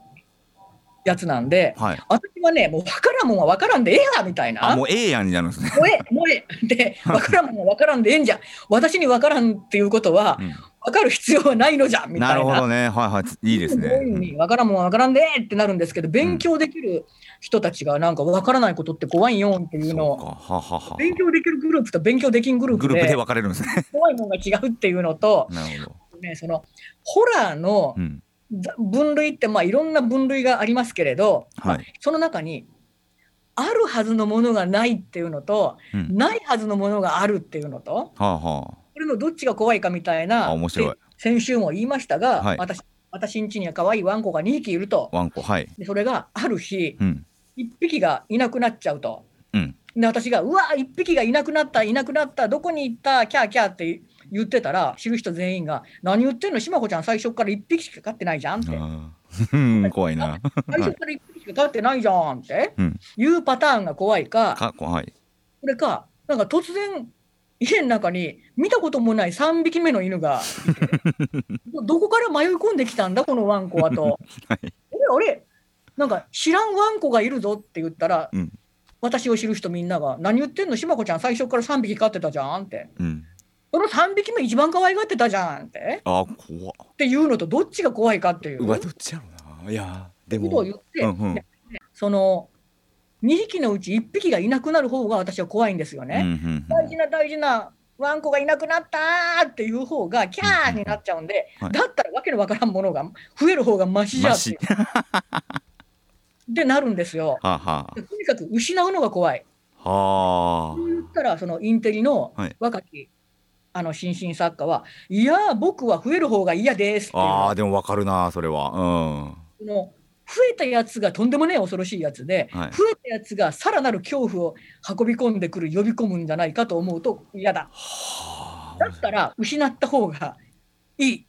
[SPEAKER 2] やつなんで、
[SPEAKER 1] はい、
[SPEAKER 2] 私はね、もう分からんもんは分からんでええやみたいな。
[SPEAKER 1] あも
[SPEAKER 2] も
[SPEAKER 1] うええやんになるんですね。
[SPEAKER 2] うええ、もうえ え。で、分からんもんは分からんでええんじゃ。私に分からんっていうことは、分かる必要はないのじゃみ
[SPEAKER 1] な
[SPEAKER 2] た
[SPEAKER 1] る
[SPEAKER 2] い
[SPEAKER 1] ほど
[SPEAKER 2] な。
[SPEAKER 1] ねはいはいついいですね。
[SPEAKER 2] そういうふうに分からんもんは分からんでええってなるんですけど、勉強できる人たちがなんか分からないことって怖いよって
[SPEAKER 1] うん
[SPEAKER 2] いうの
[SPEAKER 1] そう
[SPEAKER 2] を、
[SPEAKER 1] かはあはあはあ
[SPEAKER 2] 勉強できるグループと勉強できんグルー
[SPEAKER 1] グル
[SPEAKER 2] プ
[SPEAKER 1] ープで
[SPEAKER 2] で
[SPEAKER 1] 分かれるんですね。
[SPEAKER 2] 怖いもんが違うっていうのと、
[SPEAKER 1] なるほど。
[SPEAKER 2] ね、そのホラーの
[SPEAKER 1] うん
[SPEAKER 2] ざ分類って、まあ、いろんな分類がありますけれど、
[SPEAKER 1] はい
[SPEAKER 2] まあその中にあるはずのものがないっていうのと、
[SPEAKER 1] うん
[SPEAKER 2] ないはずのものがあるっていうのと
[SPEAKER 1] はあは
[SPEAKER 2] これのどっちが怖いかみたいな
[SPEAKER 1] あ面白い
[SPEAKER 2] で先週も言いましたが、
[SPEAKER 1] はい
[SPEAKER 2] 私私んちには可愛いワンコが2匹いると
[SPEAKER 1] あワンコはい。
[SPEAKER 2] でそれがある日
[SPEAKER 1] うん
[SPEAKER 2] 1匹がいなくなっちゃうと。
[SPEAKER 1] うん
[SPEAKER 2] で私が「うわ1匹がいなくなったいなくなったどこに行ったキャーキャー」って言ってたら知る人全員が「何言ってんの島子ちゃん最初から1匹しか飼ってないじゃん」って
[SPEAKER 1] あーうん 怖いな。
[SPEAKER 2] 最初から1匹しか飼ってないじゃんって
[SPEAKER 1] うん
[SPEAKER 2] いうパターンが怖いか、
[SPEAKER 1] か怖い。
[SPEAKER 2] それか、なんか突然、家の中に見たこともない3匹目の犬が いてどこから迷い込んできたんだ、このワンコはと。
[SPEAKER 1] はい
[SPEAKER 2] 俺、俺、なんか知らんワンコがいるぞって言ったら、
[SPEAKER 1] うん
[SPEAKER 2] 私を知る人みんなが、何言ってんの、しまこちゃん、最初から3匹飼ってたじゃんって。
[SPEAKER 1] うん
[SPEAKER 2] その3匹目一番可愛がってたじゃんって。
[SPEAKER 1] あー怖っ。
[SPEAKER 2] っていうのと、どっちが怖いかっていう
[SPEAKER 1] う
[SPEAKER 2] こ
[SPEAKER 1] わどっちやろうな。いやーで
[SPEAKER 2] とを
[SPEAKER 1] も
[SPEAKER 2] 言って、
[SPEAKER 1] うんうん
[SPEAKER 2] でその2匹のうち1匹がいなくなる方が私は怖いんですよね。
[SPEAKER 1] うんうんうん
[SPEAKER 2] 大事な大事なワンコがいなくなったーっていう方がキャーになっちゃうんで、
[SPEAKER 1] うんうんうん
[SPEAKER 2] だったらわけのわからんものが増える方がマシじゃん
[SPEAKER 1] マ
[SPEAKER 2] って
[SPEAKER 1] シ
[SPEAKER 2] いうでなるんですよ。
[SPEAKER 1] はあはあ
[SPEAKER 2] とにかく失うのが怖い。
[SPEAKER 1] はあ
[SPEAKER 2] そう言ったらそのインテリの
[SPEAKER 1] はい
[SPEAKER 2] 若き、あの新進作家は「いやー僕は増える方が嫌です」っていう
[SPEAKER 1] あーでもわかるなそれは
[SPEAKER 2] その増えたやつがとんでもねえ恐ろしいやつで、
[SPEAKER 1] はい
[SPEAKER 2] 増えたやつがさらなる恐怖を運び込んでくる呼び込むんじゃないかと思うと嫌だ。だったら失った方がいい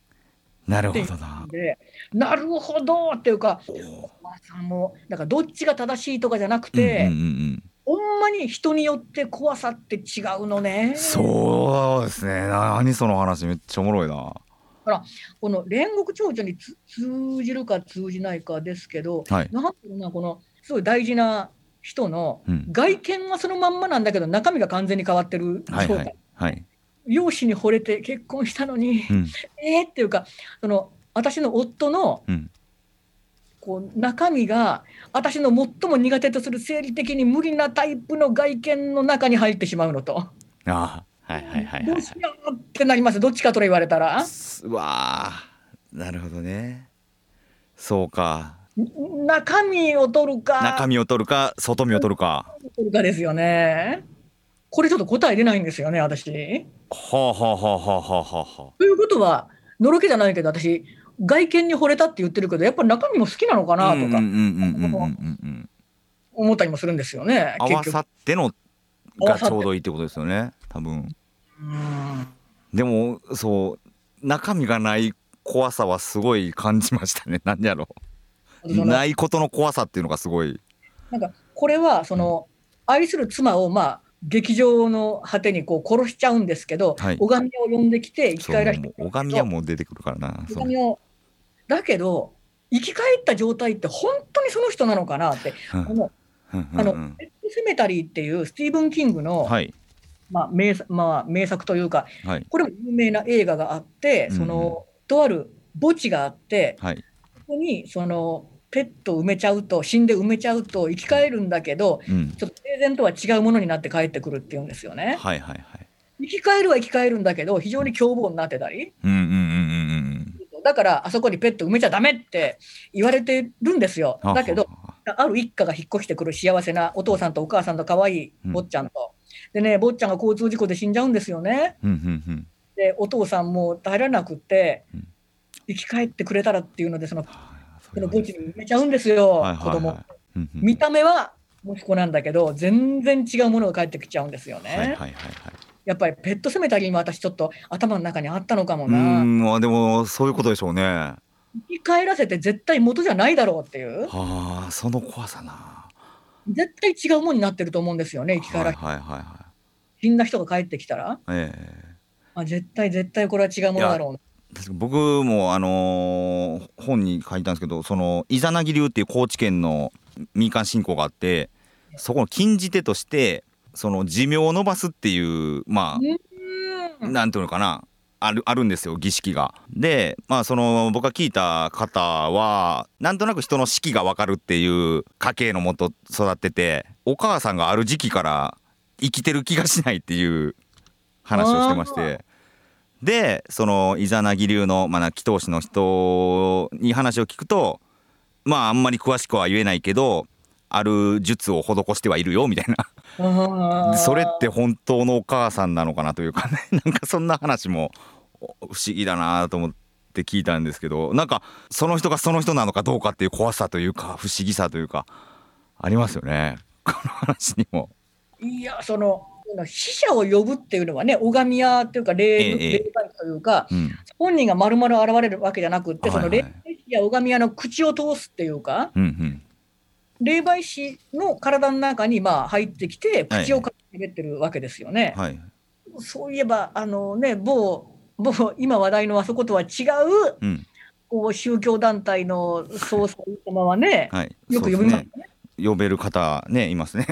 [SPEAKER 1] うんなる
[SPEAKER 2] っ
[SPEAKER 1] ほ
[SPEAKER 2] てい
[SPEAKER 1] どな
[SPEAKER 2] うでなるほどっていうかおばさんもなんかどっちが正しいとかじゃなくて、
[SPEAKER 1] うんうんうん
[SPEAKER 2] ほんまに人によって怖さって違うのね
[SPEAKER 1] うん、そうですね何その話めっちゃおもろいな
[SPEAKER 2] この煉獄長女につ通じるか通じないかですけど
[SPEAKER 1] はい
[SPEAKER 2] なんていうのかなこのすごい大事な人の
[SPEAKER 1] うん
[SPEAKER 2] 外見はそのまんまなんだけど中身が完全に変わってる状
[SPEAKER 1] は
[SPEAKER 2] 態、
[SPEAKER 1] いはいはい
[SPEAKER 2] 容姿に惚れて結婚したのに、
[SPEAKER 1] うん
[SPEAKER 2] えーっていうかその私の夫の、
[SPEAKER 1] うん
[SPEAKER 2] こう中身が私の最も苦手とする生理的に無理なタイプの外見の中に入ってしまうのと、
[SPEAKER 1] あーはいはいはい
[SPEAKER 2] ど
[SPEAKER 1] は
[SPEAKER 2] う
[SPEAKER 1] い
[SPEAKER 2] しようってなりますどっちかと言われたら
[SPEAKER 1] すうわーなるほどねそうか
[SPEAKER 2] ん中身を取るか
[SPEAKER 1] 中身を取るか外身を取るか
[SPEAKER 2] 取るかですよねこれちょっと答え出ないんですよね私。
[SPEAKER 1] はあはあはあはあはあはあは
[SPEAKER 2] ということはのろけじゃないけど私外見に惚れたって言ってるけどやっぱり中身も好きなのかな
[SPEAKER 1] あ
[SPEAKER 2] と
[SPEAKER 1] うんうん
[SPEAKER 2] か
[SPEAKER 1] うんうんうんうんうん
[SPEAKER 2] 思ったりもするんですよね。
[SPEAKER 1] 合わさってのがちょうどいいってことですよね多分
[SPEAKER 2] うん
[SPEAKER 1] でもそう中身がない怖さはすごい感じましたね 何やろう
[SPEAKER 2] な
[SPEAKER 1] ないことの怖さっていうのがすごい
[SPEAKER 2] んかこれはその愛する妻をまあ劇場の果てにこう殺しちゃうんですけど、
[SPEAKER 1] はい
[SPEAKER 2] 拝みを呼んできて生き
[SPEAKER 1] そう
[SPEAKER 2] 返らせて
[SPEAKER 1] もう拝みはもう出てくるからなそう
[SPEAKER 2] 拝みをだけど生き返った状態って本当にその人なのかなって、
[SPEAKER 1] うん
[SPEAKER 2] この
[SPEAKER 1] うん
[SPEAKER 2] あの
[SPEAKER 1] うんうん
[SPEAKER 2] 「デッドセメタリー」っていうスティーブン・キングの、
[SPEAKER 1] はい
[SPEAKER 2] まあ名作まあ、名作というか
[SPEAKER 1] はい
[SPEAKER 2] これも有名な映画があってその、とある墓地があって
[SPEAKER 1] はい
[SPEAKER 2] そこにそのペット埋めちゃうと死んで埋めちゃうと生き返るんだけど
[SPEAKER 1] うん
[SPEAKER 2] ちょっと生前とは違うものになって帰ってくるっていうんですよね。
[SPEAKER 1] はいはいはい
[SPEAKER 2] 生き返るは生き返るんだけど非常に凶暴になってたり
[SPEAKER 1] うんうんうんうんうん
[SPEAKER 2] だからあそこにペット埋めちゃダメって言われてるんですよ。
[SPEAKER 1] うん
[SPEAKER 2] だけど
[SPEAKER 1] ははは
[SPEAKER 2] ある一家が引っ越してくる幸せなお父さんとお母さんと可愛い坊ちゃんと、でね坊ちゃんが交通事故で死んじゃうんですよね
[SPEAKER 1] うんうんうん
[SPEAKER 2] でお父さんも耐えられなくって、
[SPEAKER 1] うん
[SPEAKER 2] 生き返ってくれたらっていうのでその
[SPEAKER 1] はあそ
[SPEAKER 2] そう
[SPEAKER 1] いう
[SPEAKER 2] の
[SPEAKER 1] こと
[SPEAKER 2] 墓
[SPEAKER 1] で
[SPEAKER 2] 地
[SPEAKER 1] すね
[SPEAKER 2] に埋めちゃうんですよ、
[SPEAKER 1] はいはいはい
[SPEAKER 2] 子供
[SPEAKER 1] うんうん
[SPEAKER 2] 見た目は息子なんだけど全然違うものが返ってきちゃうんですよね、
[SPEAKER 1] はいはいはいはい
[SPEAKER 2] やっぱりペットセメタリーも私ちょっと頭の中にあったのかも
[SPEAKER 1] うー
[SPEAKER 2] な、
[SPEAKER 1] んまあでもそういうことでしょうねは
[SPEAKER 2] 生き返らせて絶対元じゃないだろうっていう
[SPEAKER 1] あその怖さな
[SPEAKER 2] 絶対違うものになってると思うんですよね生き返ら、
[SPEAKER 1] はいはいはいは
[SPEAKER 2] 死んだ人が帰ってきたら
[SPEAKER 1] いええ
[SPEAKER 2] あ絶対絶対これは違うものだろうな
[SPEAKER 1] 確か僕もあのー本に書いたんですけどそのイザナギ流っていう高知県の民間信仰があってそこの禁じ手としてその寿命を延ばすっていうまあ
[SPEAKER 2] うん
[SPEAKER 1] なんていうのかなあるあるんですよ儀式が。でまあその僕が聞いた方はなんとなく人の四季が分かるっていう家系のもと育っててお母さんがある時期から生きてる気がしないっていう話をしてましてでそのイザナギ流の、まあ、な祈祷師の人に話を聞くとまああんまり詳しくは言えないけどある術を施してはいるよみたいな
[SPEAKER 2] あー
[SPEAKER 1] それって本当のお母さんなのかなというかね なんかそんな話もお不思議だなと思って聞いたんですけどなんかその人がその人なのかどうかっていう怖さというか不思議さというかありますよね この話にも。
[SPEAKER 2] いやその死者を呼ぶっていうのはね拝み屋っていうか霊,、
[SPEAKER 1] ええ
[SPEAKER 2] 霊媒というか
[SPEAKER 1] うん、
[SPEAKER 2] 本人が丸々現れるわけじゃなくって、
[SPEAKER 1] はいはい
[SPEAKER 2] その霊媒師や拝み屋の口を通すっていうか
[SPEAKER 1] うん、うん
[SPEAKER 2] 霊媒師の体の中にまあ入ってきて
[SPEAKER 1] はい
[SPEAKER 2] 口をかけてるわけですよね。
[SPEAKER 1] はい
[SPEAKER 2] そういえばあのね某某今話題のあそことは違う
[SPEAKER 1] うん
[SPEAKER 2] こう宗教団体の総裁様はね、
[SPEAKER 1] はい、
[SPEAKER 2] よく呼び
[SPEAKER 1] そう
[SPEAKER 2] ます
[SPEAKER 1] で
[SPEAKER 2] よ
[SPEAKER 1] す
[SPEAKER 2] ね
[SPEAKER 1] ね。呼べる方ねいますね。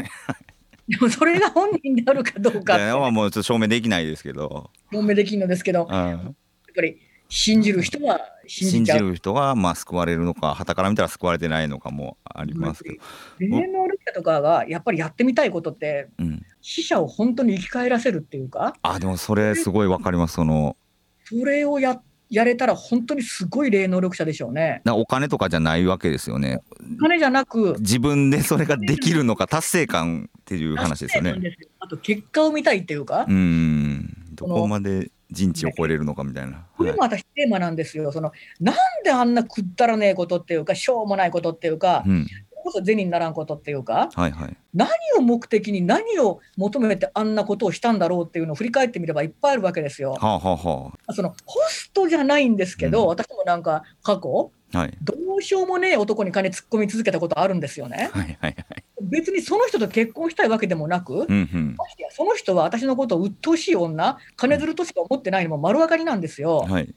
[SPEAKER 2] でもそれが本人であるかどう
[SPEAKER 1] い
[SPEAKER 2] かって
[SPEAKER 1] やまあもうちょっと証明できないですけど、
[SPEAKER 2] 表明できるのですけど、やっ
[SPEAKER 1] うん、
[SPEAKER 2] ぱり信じる人は信
[SPEAKER 1] 信
[SPEAKER 2] じち
[SPEAKER 1] じ
[SPEAKER 2] ゃう。
[SPEAKER 1] る人がまあ救われるのか傍から見たら救われてないのかもありますけど、
[SPEAKER 2] 霊能力者とかがやっぱりやってみたいことって
[SPEAKER 1] うん、
[SPEAKER 2] 死者を本当に生き返らせるっていうか
[SPEAKER 1] あでもそれすごいわかりますその
[SPEAKER 2] それをややれたら本当にすごい霊能力者でしょうね。
[SPEAKER 1] なお金とかじゃないわけですよね
[SPEAKER 2] お金じゃなく
[SPEAKER 1] 自分でそれができるのか達成感っていう話ですよ
[SPEAKER 2] 達成なん
[SPEAKER 1] ね
[SPEAKER 2] ですよあと結果を見たいっていうか、
[SPEAKER 1] うんどこまで人知を超えれるのかみたいな、
[SPEAKER 2] こ
[SPEAKER 1] は
[SPEAKER 2] れ
[SPEAKER 1] い
[SPEAKER 2] も私テーマなんですよ。そのなんであんなくだらねえことっていうかしょうもないことっていうか、
[SPEAKER 1] うん、
[SPEAKER 2] それこそ銭にならんことっていうか
[SPEAKER 1] はいはい
[SPEAKER 2] 何を目的に何を求めてあんなことをしたんだろうっていうのを振り返ってみればいっぱいあるわけですよ。
[SPEAKER 1] はあはあは
[SPEAKER 2] そのホストじゃないんですけど、
[SPEAKER 1] うん
[SPEAKER 2] 私もなんか過去
[SPEAKER 1] あはい
[SPEAKER 2] どうしようもねえ男に金突っ込み続けたことあるんですよね。
[SPEAKER 1] はいはいはい
[SPEAKER 2] 別にその人と結婚したいわけでもなく、
[SPEAKER 1] うんうん
[SPEAKER 2] ましてやその人は私のことを鬱陶しい女金づるとしか思ってないのも丸分かりなんですよ。
[SPEAKER 1] はい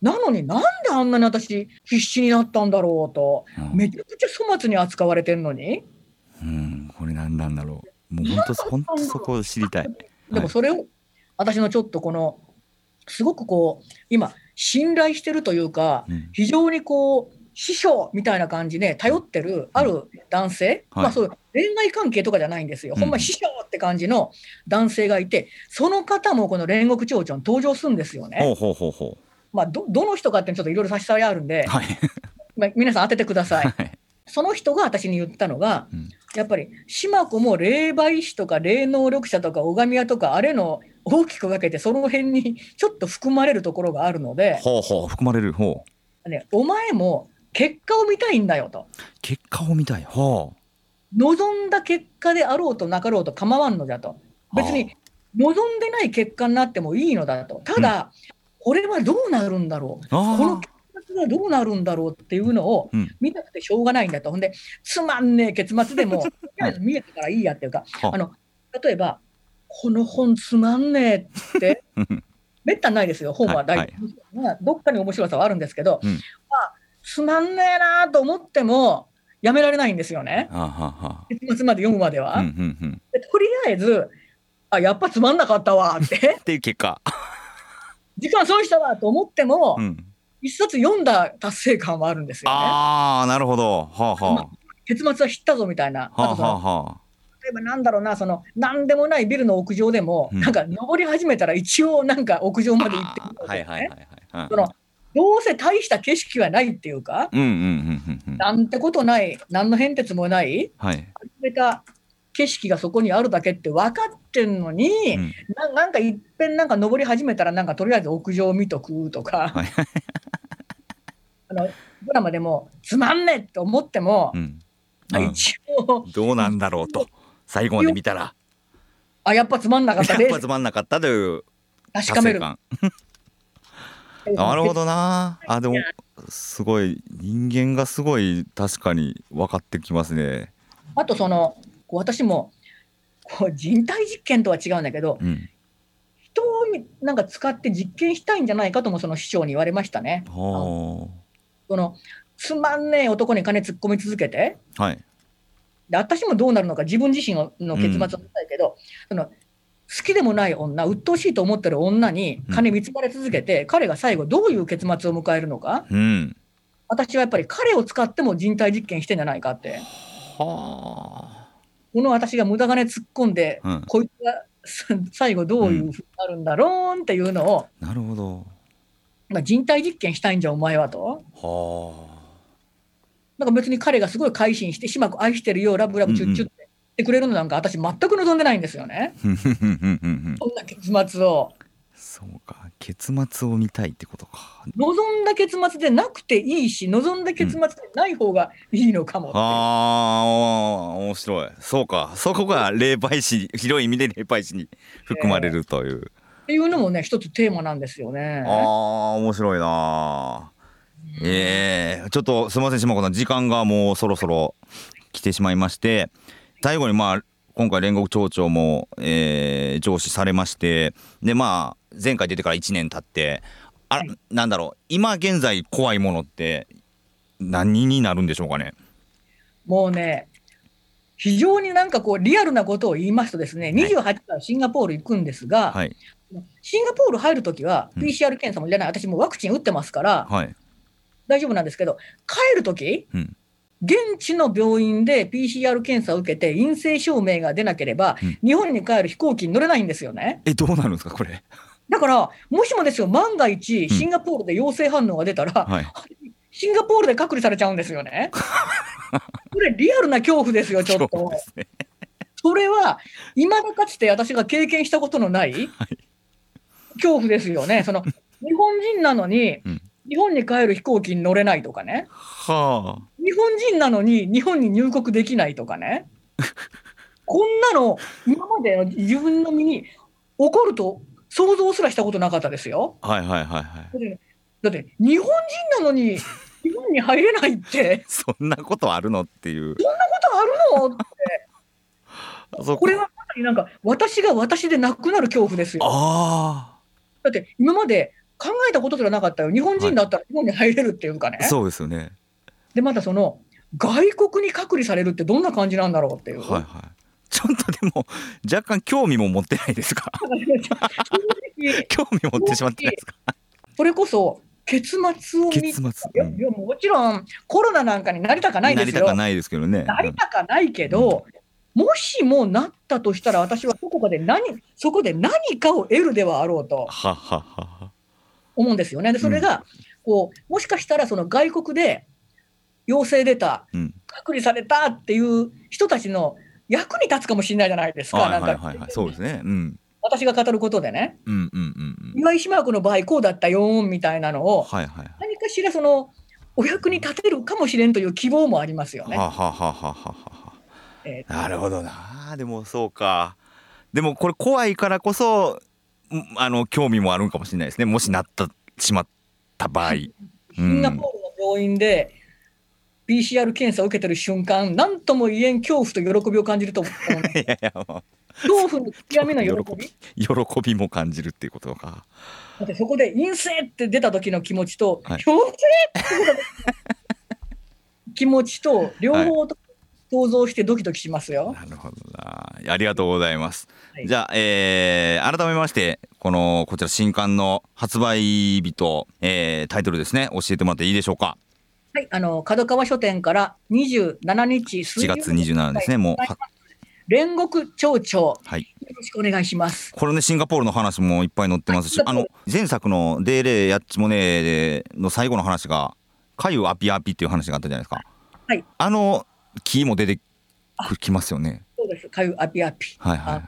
[SPEAKER 2] なのになんであんなに私必死になったんだろうと
[SPEAKER 1] うん
[SPEAKER 2] めちゃくちゃ粗末に扱われてんのに
[SPEAKER 1] うんこれ何なんだろうもう本当本当そこを知りたい
[SPEAKER 2] でもそれを私のちょっとこのすごくこう今信頼してるというか
[SPEAKER 1] うん
[SPEAKER 2] 非常にこう師匠みたいな感じで頼ってるある男性、
[SPEAKER 1] はい
[SPEAKER 2] まあそう恋愛関係とかじゃないんですよ、
[SPEAKER 1] うん
[SPEAKER 2] ほんま師匠って感じの男性がいてその方もこの煉獄長々に登場するんですよね。
[SPEAKER 1] ほうほうほうほ
[SPEAKER 2] まあどどの人かってちょっといろいろ差し障りあるんで
[SPEAKER 1] う、はい
[SPEAKER 2] まあ、皆さん当ててく ださい。
[SPEAKER 1] はい
[SPEAKER 2] その人が私に言ったのが、
[SPEAKER 1] うん
[SPEAKER 2] やっぱり島子も霊媒師とか霊能力者とか拝み屋とかあれの大きく分けてその辺にちょっと含まれるところがあるので、
[SPEAKER 1] ほうほう含まれるほう
[SPEAKER 2] ね、お前も結果を見たいんだよと
[SPEAKER 1] 結果を見たいほう
[SPEAKER 2] 望んだ結果であろうとなかろうと構わんのだと。別に望んでない結果になってもいいのだと。ただ、これはどうなるんだろう。
[SPEAKER 1] あー
[SPEAKER 2] この結末はどうなるんだろうっていうのを
[SPEAKER 1] うん
[SPEAKER 2] 見たくてしょうがないんだと。ほんで、つまんねえ結末でも、 とりあえず見えたからいいやっていうか、
[SPEAKER 1] はあ
[SPEAKER 2] あの、例えば、この本つまんねえって、めったにないですよ、本は大
[SPEAKER 1] はい
[SPEAKER 2] 体、まあどっかに面白さはあるんですけど、
[SPEAKER 1] うん
[SPEAKER 2] まあ、つまんねえなと思っても、やめられないんですよね。
[SPEAKER 1] あはは
[SPEAKER 2] 結末まで読むまでは。
[SPEAKER 1] うんうんうん。
[SPEAKER 2] でとりあえず、あ、やっぱつまんなかった わって
[SPEAKER 1] っ、ていう結果。
[SPEAKER 2] 時間損したわと思っても、
[SPEAKER 1] うん。
[SPEAKER 2] 一冊読んだ達成感はあるんですよね。
[SPEAKER 1] ああ、なるほど。はあは
[SPEAKER 2] 結末は知ったぞみたいな。
[SPEAKER 1] あ。はあ
[SPEAKER 2] あとそ
[SPEAKER 1] は
[SPEAKER 2] の
[SPEAKER 1] あは
[SPEAKER 2] 例えばなんだろうな、その、なんでもないビルの屋上でも、
[SPEAKER 1] うん
[SPEAKER 2] なんか登り始めたら一応なんか屋上まで行ってくる
[SPEAKER 1] あ。
[SPEAKER 2] とか
[SPEAKER 1] は
[SPEAKER 2] ね
[SPEAKER 1] いはいはいはい。
[SPEAKER 2] そのどうせ大した景色はないっていうか、
[SPEAKER 1] うんうんうんうんうん。
[SPEAKER 2] なんてことない、何の変哲もない、
[SPEAKER 1] はい。
[SPEAKER 2] 始めた景色がそこにあるだけって分かってんのに、
[SPEAKER 1] うん
[SPEAKER 2] ななんかいっぺんなんか登り始めたらなんかとりあえず屋上見とくとか、
[SPEAKER 1] はい
[SPEAKER 2] あのドラマでもつまんねえって思っても
[SPEAKER 1] う、ん。
[SPEAKER 2] あ
[SPEAKER 1] うん
[SPEAKER 2] 一応
[SPEAKER 1] どうなんだろうと。最後まで見たら。
[SPEAKER 2] あやっぱつまんなかった
[SPEAKER 1] やっ
[SPEAKER 2] で
[SPEAKER 1] ぱつまんなかったという
[SPEAKER 2] 確か
[SPEAKER 1] 達
[SPEAKER 2] め
[SPEAKER 1] 成
[SPEAKER 2] る
[SPEAKER 1] 感。なるほどな。あ、でも。すごい人間がすごい確かに分かってきますね。
[SPEAKER 2] あとそのこう私もこう人体実験とは違うんだけど
[SPEAKER 1] うん。
[SPEAKER 2] 人をみなんか使って実験したいんじゃないかともその師匠に言われましたね。
[SPEAKER 1] は
[SPEAKER 2] そのつまんねえ男に金突っ込み続けて
[SPEAKER 1] あ。はい。
[SPEAKER 2] で私もどうなるのか自分自身のの結末を見たいけど、その好きでもない女鬱陶しいと思ってる女に金見つまれ続けて、彼が最後どういう結末を迎えるのか
[SPEAKER 1] うん。
[SPEAKER 2] 私はやっぱり彼を使っても人体実験してんじゃないかって
[SPEAKER 1] は
[SPEAKER 2] この私が無駄金突っ込んで、
[SPEAKER 1] うん
[SPEAKER 2] こいつがさ最後どういうふうになるんだろうっていうのを、
[SPEAKER 1] あ。なるほど。
[SPEAKER 2] まあ、人体実験したいんじゃお前はと。
[SPEAKER 1] はあ。
[SPEAKER 2] なんか別に彼がすごい改心して、しまく愛してるよ、ラブラブチュッチュって言ってくれるのなんか、私、全く望んでないんですよね、
[SPEAKER 1] ふんふんふんふんふんふん
[SPEAKER 2] そんな結末を。
[SPEAKER 1] そうか結末を見たいってことか
[SPEAKER 2] 望んだ結末でなくていいし、望んだ結末でない方がいいのかもっていう、
[SPEAKER 1] あー面白いそうかそこが霊媒師広い意味で霊媒師に含まれるという、
[SPEAKER 2] っていうのもね、一つテーマなんですよね。
[SPEAKER 1] あー面白いなーええちょっとすみません島子さん時間がもうそろそろ来てしまいまして最後にまあ今回煉獄町長も、えー上司されましてでまあ前回出てから1年経ってあ、
[SPEAKER 2] はい
[SPEAKER 1] なんだろう今現在怖いものって何になるんでしょうかね
[SPEAKER 2] もうね、非常になんかこう、リアルなことを言いますとですね、
[SPEAKER 1] い
[SPEAKER 2] 28からシンガポール行くんですが、
[SPEAKER 1] はい
[SPEAKER 2] シンガポール入るときは、
[SPEAKER 1] うん
[SPEAKER 2] PCR 検査もいらない、私もうワクチン打ってますから、
[SPEAKER 1] はい
[SPEAKER 2] 大丈夫なんですけど、帰るとき、
[SPEAKER 1] うん
[SPEAKER 2] 現地の病院で PCR 検査を受けて陰性証明が出なければ、
[SPEAKER 1] うん
[SPEAKER 2] 日本に帰る飛行機に乗れないんですよね。
[SPEAKER 1] えどうなるんですかこれ
[SPEAKER 2] だから、もしもですよ、万が一、
[SPEAKER 1] うん
[SPEAKER 2] シンガポールで陽性反応が出たら、
[SPEAKER 1] はい
[SPEAKER 2] シンガポールで隔離されちゃうんですよね。 これ、リアルな恐怖ですよ、ちょっ
[SPEAKER 1] そう
[SPEAKER 2] と
[SPEAKER 1] で。すね
[SPEAKER 2] それは、いまだかつて私が経験したことのない恐怖ですよね。その日本人なのに、
[SPEAKER 1] うん
[SPEAKER 2] 日本に帰る飛行機に乗れないとかね、
[SPEAKER 1] はあ
[SPEAKER 2] 日本人なのに日本に入国できないとかね、こんなの、今までの自分の身に起こると想像すらしたことなかったですよ。
[SPEAKER 1] はいはいはいはい
[SPEAKER 2] だって、だって日本人なの に日本に入れないって、
[SPEAKER 1] そんなことあるのっていう
[SPEAKER 2] ことあ るの
[SPEAKER 1] そ
[SPEAKER 2] これはまさになんか、私が私でなくなる恐怖ですよ。
[SPEAKER 1] ああ
[SPEAKER 2] だって今まで考えたことすらなかったよ、日本人だったら日本に入れるっていうかね、
[SPEAKER 1] そうですよね。
[SPEAKER 2] でまたその外国に隔離されるってどんな感じなんだろうっていう、
[SPEAKER 1] はいはい。ちょっとでも若干興味も持ってないですか。
[SPEAKER 2] 正直
[SPEAKER 1] 興味持ってしまってないですか。
[SPEAKER 2] それこそ結末を
[SPEAKER 1] 結
[SPEAKER 2] 見い
[SPEAKER 1] 末、
[SPEAKER 2] や
[SPEAKER 1] うん
[SPEAKER 2] いやもちろんコロナなんかになりたかない
[SPEAKER 1] な
[SPEAKER 2] で
[SPEAKER 1] り
[SPEAKER 2] す
[SPEAKER 1] たか
[SPEAKER 2] よ。
[SPEAKER 1] ないですけどね。
[SPEAKER 2] なりたかないけど、もしもなったとしたら、私はどこかで何、そこで何かを得るではあろうと
[SPEAKER 1] ははは
[SPEAKER 2] 思うんですよね。で、それが、こう、もしかしたら、その外国で陽性出た、
[SPEAKER 1] うん。
[SPEAKER 2] 隔離されたっていう人たちの役に立つかもしれないじゃないですか、
[SPEAKER 1] はいはい
[SPEAKER 2] な
[SPEAKER 1] はい
[SPEAKER 2] ん
[SPEAKER 1] は
[SPEAKER 2] か
[SPEAKER 1] い。そうですね。うん
[SPEAKER 2] 私が語ることでね、
[SPEAKER 1] うんうんうんうん。
[SPEAKER 2] 岩井島子の場合、こうだったよーんみたいなのを、
[SPEAKER 1] はいはい。
[SPEAKER 2] 何かしらそのお役に立てるかもしれんという希望もありますよね。
[SPEAKER 1] ははははははは。
[SPEAKER 2] えー
[SPEAKER 1] なるほどなでもそうかでもこれ怖いからこそんあの興味もあるんかもしれないですねもしなったしまった場 合
[SPEAKER 2] シンガポールの病院で PCR 検査を受けてる瞬間、なんとも言えん恐怖と喜びを感じると思う
[SPEAKER 1] いやいやも
[SPEAKER 2] 恐怖の極めの喜び。
[SPEAKER 1] う喜びも感じるっていうことか
[SPEAKER 2] だってそこで陰性って出た時の気持ちと、
[SPEAKER 1] はい
[SPEAKER 2] 陽性って出た時の気持ちと、両方と想像してドキドキしますよ。
[SPEAKER 1] なるほどなありがとうございます、
[SPEAKER 2] はい
[SPEAKER 1] じゃあ、えー改めましてこのこちら新刊の発売日と、えータイトルですね教えてもらっていいでしょうか
[SPEAKER 2] はい、あの角川書店から27日水
[SPEAKER 1] 7
[SPEAKER 2] 曜
[SPEAKER 1] 月27日ですねもう
[SPEAKER 2] はい
[SPEAKER 1] は
[SPEAKER 2] 煉獄町長、
[SPEAKER 1] はい
[SPEAKER 2] よろしくお願いします。
[SPEAKER 1] これねシンガポールの話もいっぱい載ってますし
[SPEAKER 2] あ
[SPEAKER 1] あの前作の「デーレーやっちもねー」の最後の話が「かゆアピアピ」っていう話があったじゃないですか、
[SPEAKER 2] はい
[SPEAKER 1] あの木も出てくきますよね
[SPEAKER 2] そうです、かゆアピアピ。
[SPEAKER 1] はいはいはい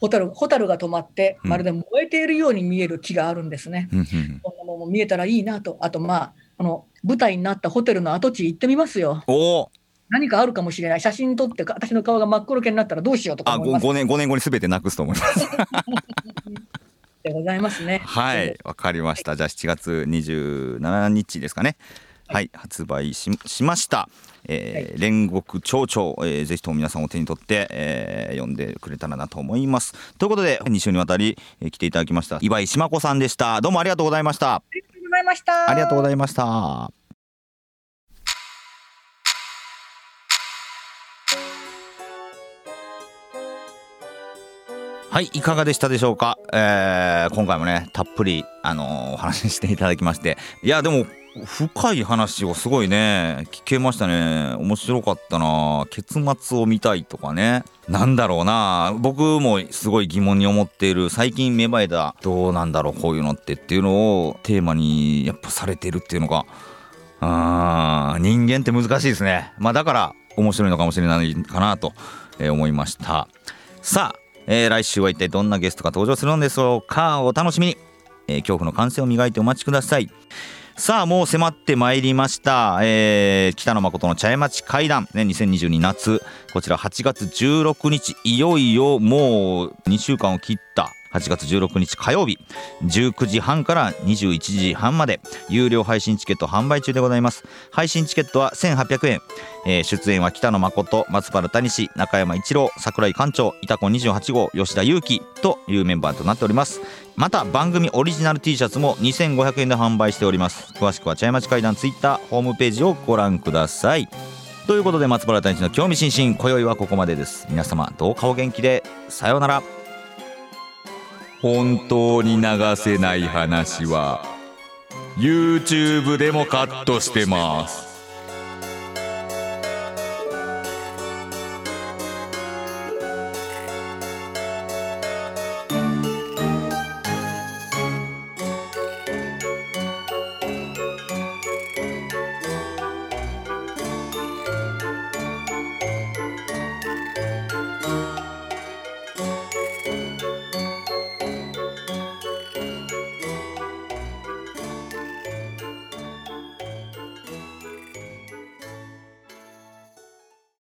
[SPEAKER 2] ホタル、ホタルが止まって、
[SPEAKER 1] うん
[SPEAKER 2] まるで燃えているように見える木があるんですね。
[SPEAKER 1] うんうん
[SPEAKER 2] こんなもんも見えたらいいなと、あとまあ、あの舞台になったホテルの跡地行ってみますよ。
[SPEAKER 1] おお
[SPEAKER 2] 何かあるかもしれない。写真撮って、私の顔が真っ黒けになったらどうしようとか
[SPEAKER 1] あ
[SPEAKER 2] 思います
[SPEAKER 1] 5年5年後に全てなくすと思います
[SPEAKER 2] でございますね。
[SPEAKER 1] はい、わかりました。じゃあ7月27日ですかね。はい、発売ししました。えー煉獄町長、えーぜひとも皆さんお手に取って、えー読んでくれたらなと思います。ということで2週にわたり、えー来ていただきました岩井島子さんでした。どうもありがとうございました。
[SPEAKER 2] ありがとうございました。
[SPEAKER 1] ありがとうございました。はい、いかがでしたでしょうか。えー今回もね、たっぷり、あのーお話ししていただきまして。いや、でも、深い話をすごいね、聞けましたね。面白かったな。結末を見たいとかね。なんだろうな。僕もすごい疑問に思っている、最近芽生えた、どうなんだろう、こういうのってっていうのをテーマに、やっぱされてるっていうのが、あー人間って難しいですね。まあだから面白いのかもしれないかなとえー思いました。さあ、えー来週は一体どんなゲストが登場するのでしょうかお楽しみに、えー恐怖の感性を磨いてお待ちください。さあもう迫ってまいりました、えー北野誠の茶屋町会談、ね、2022夏こちら8月16日いよいよもう2週間を切った8月16日火曜日19時半から21時半まで有料配信チケット販売中でございます配信チケットは1800円、えー出演は北野誠松原谷氏中山一郎桜井館長いたこ28号吉田裕樹というメンバーとなっておりますまた番組オリジナル T シャツも2500円で販売しております詳しくは茶屋町会談ツイッターホームページをご覧くださいということで松原谷氏の興味津々今宵はここまでです皆様どうかお元気でさようなら本当に流せない話は YouTube でもカットしてます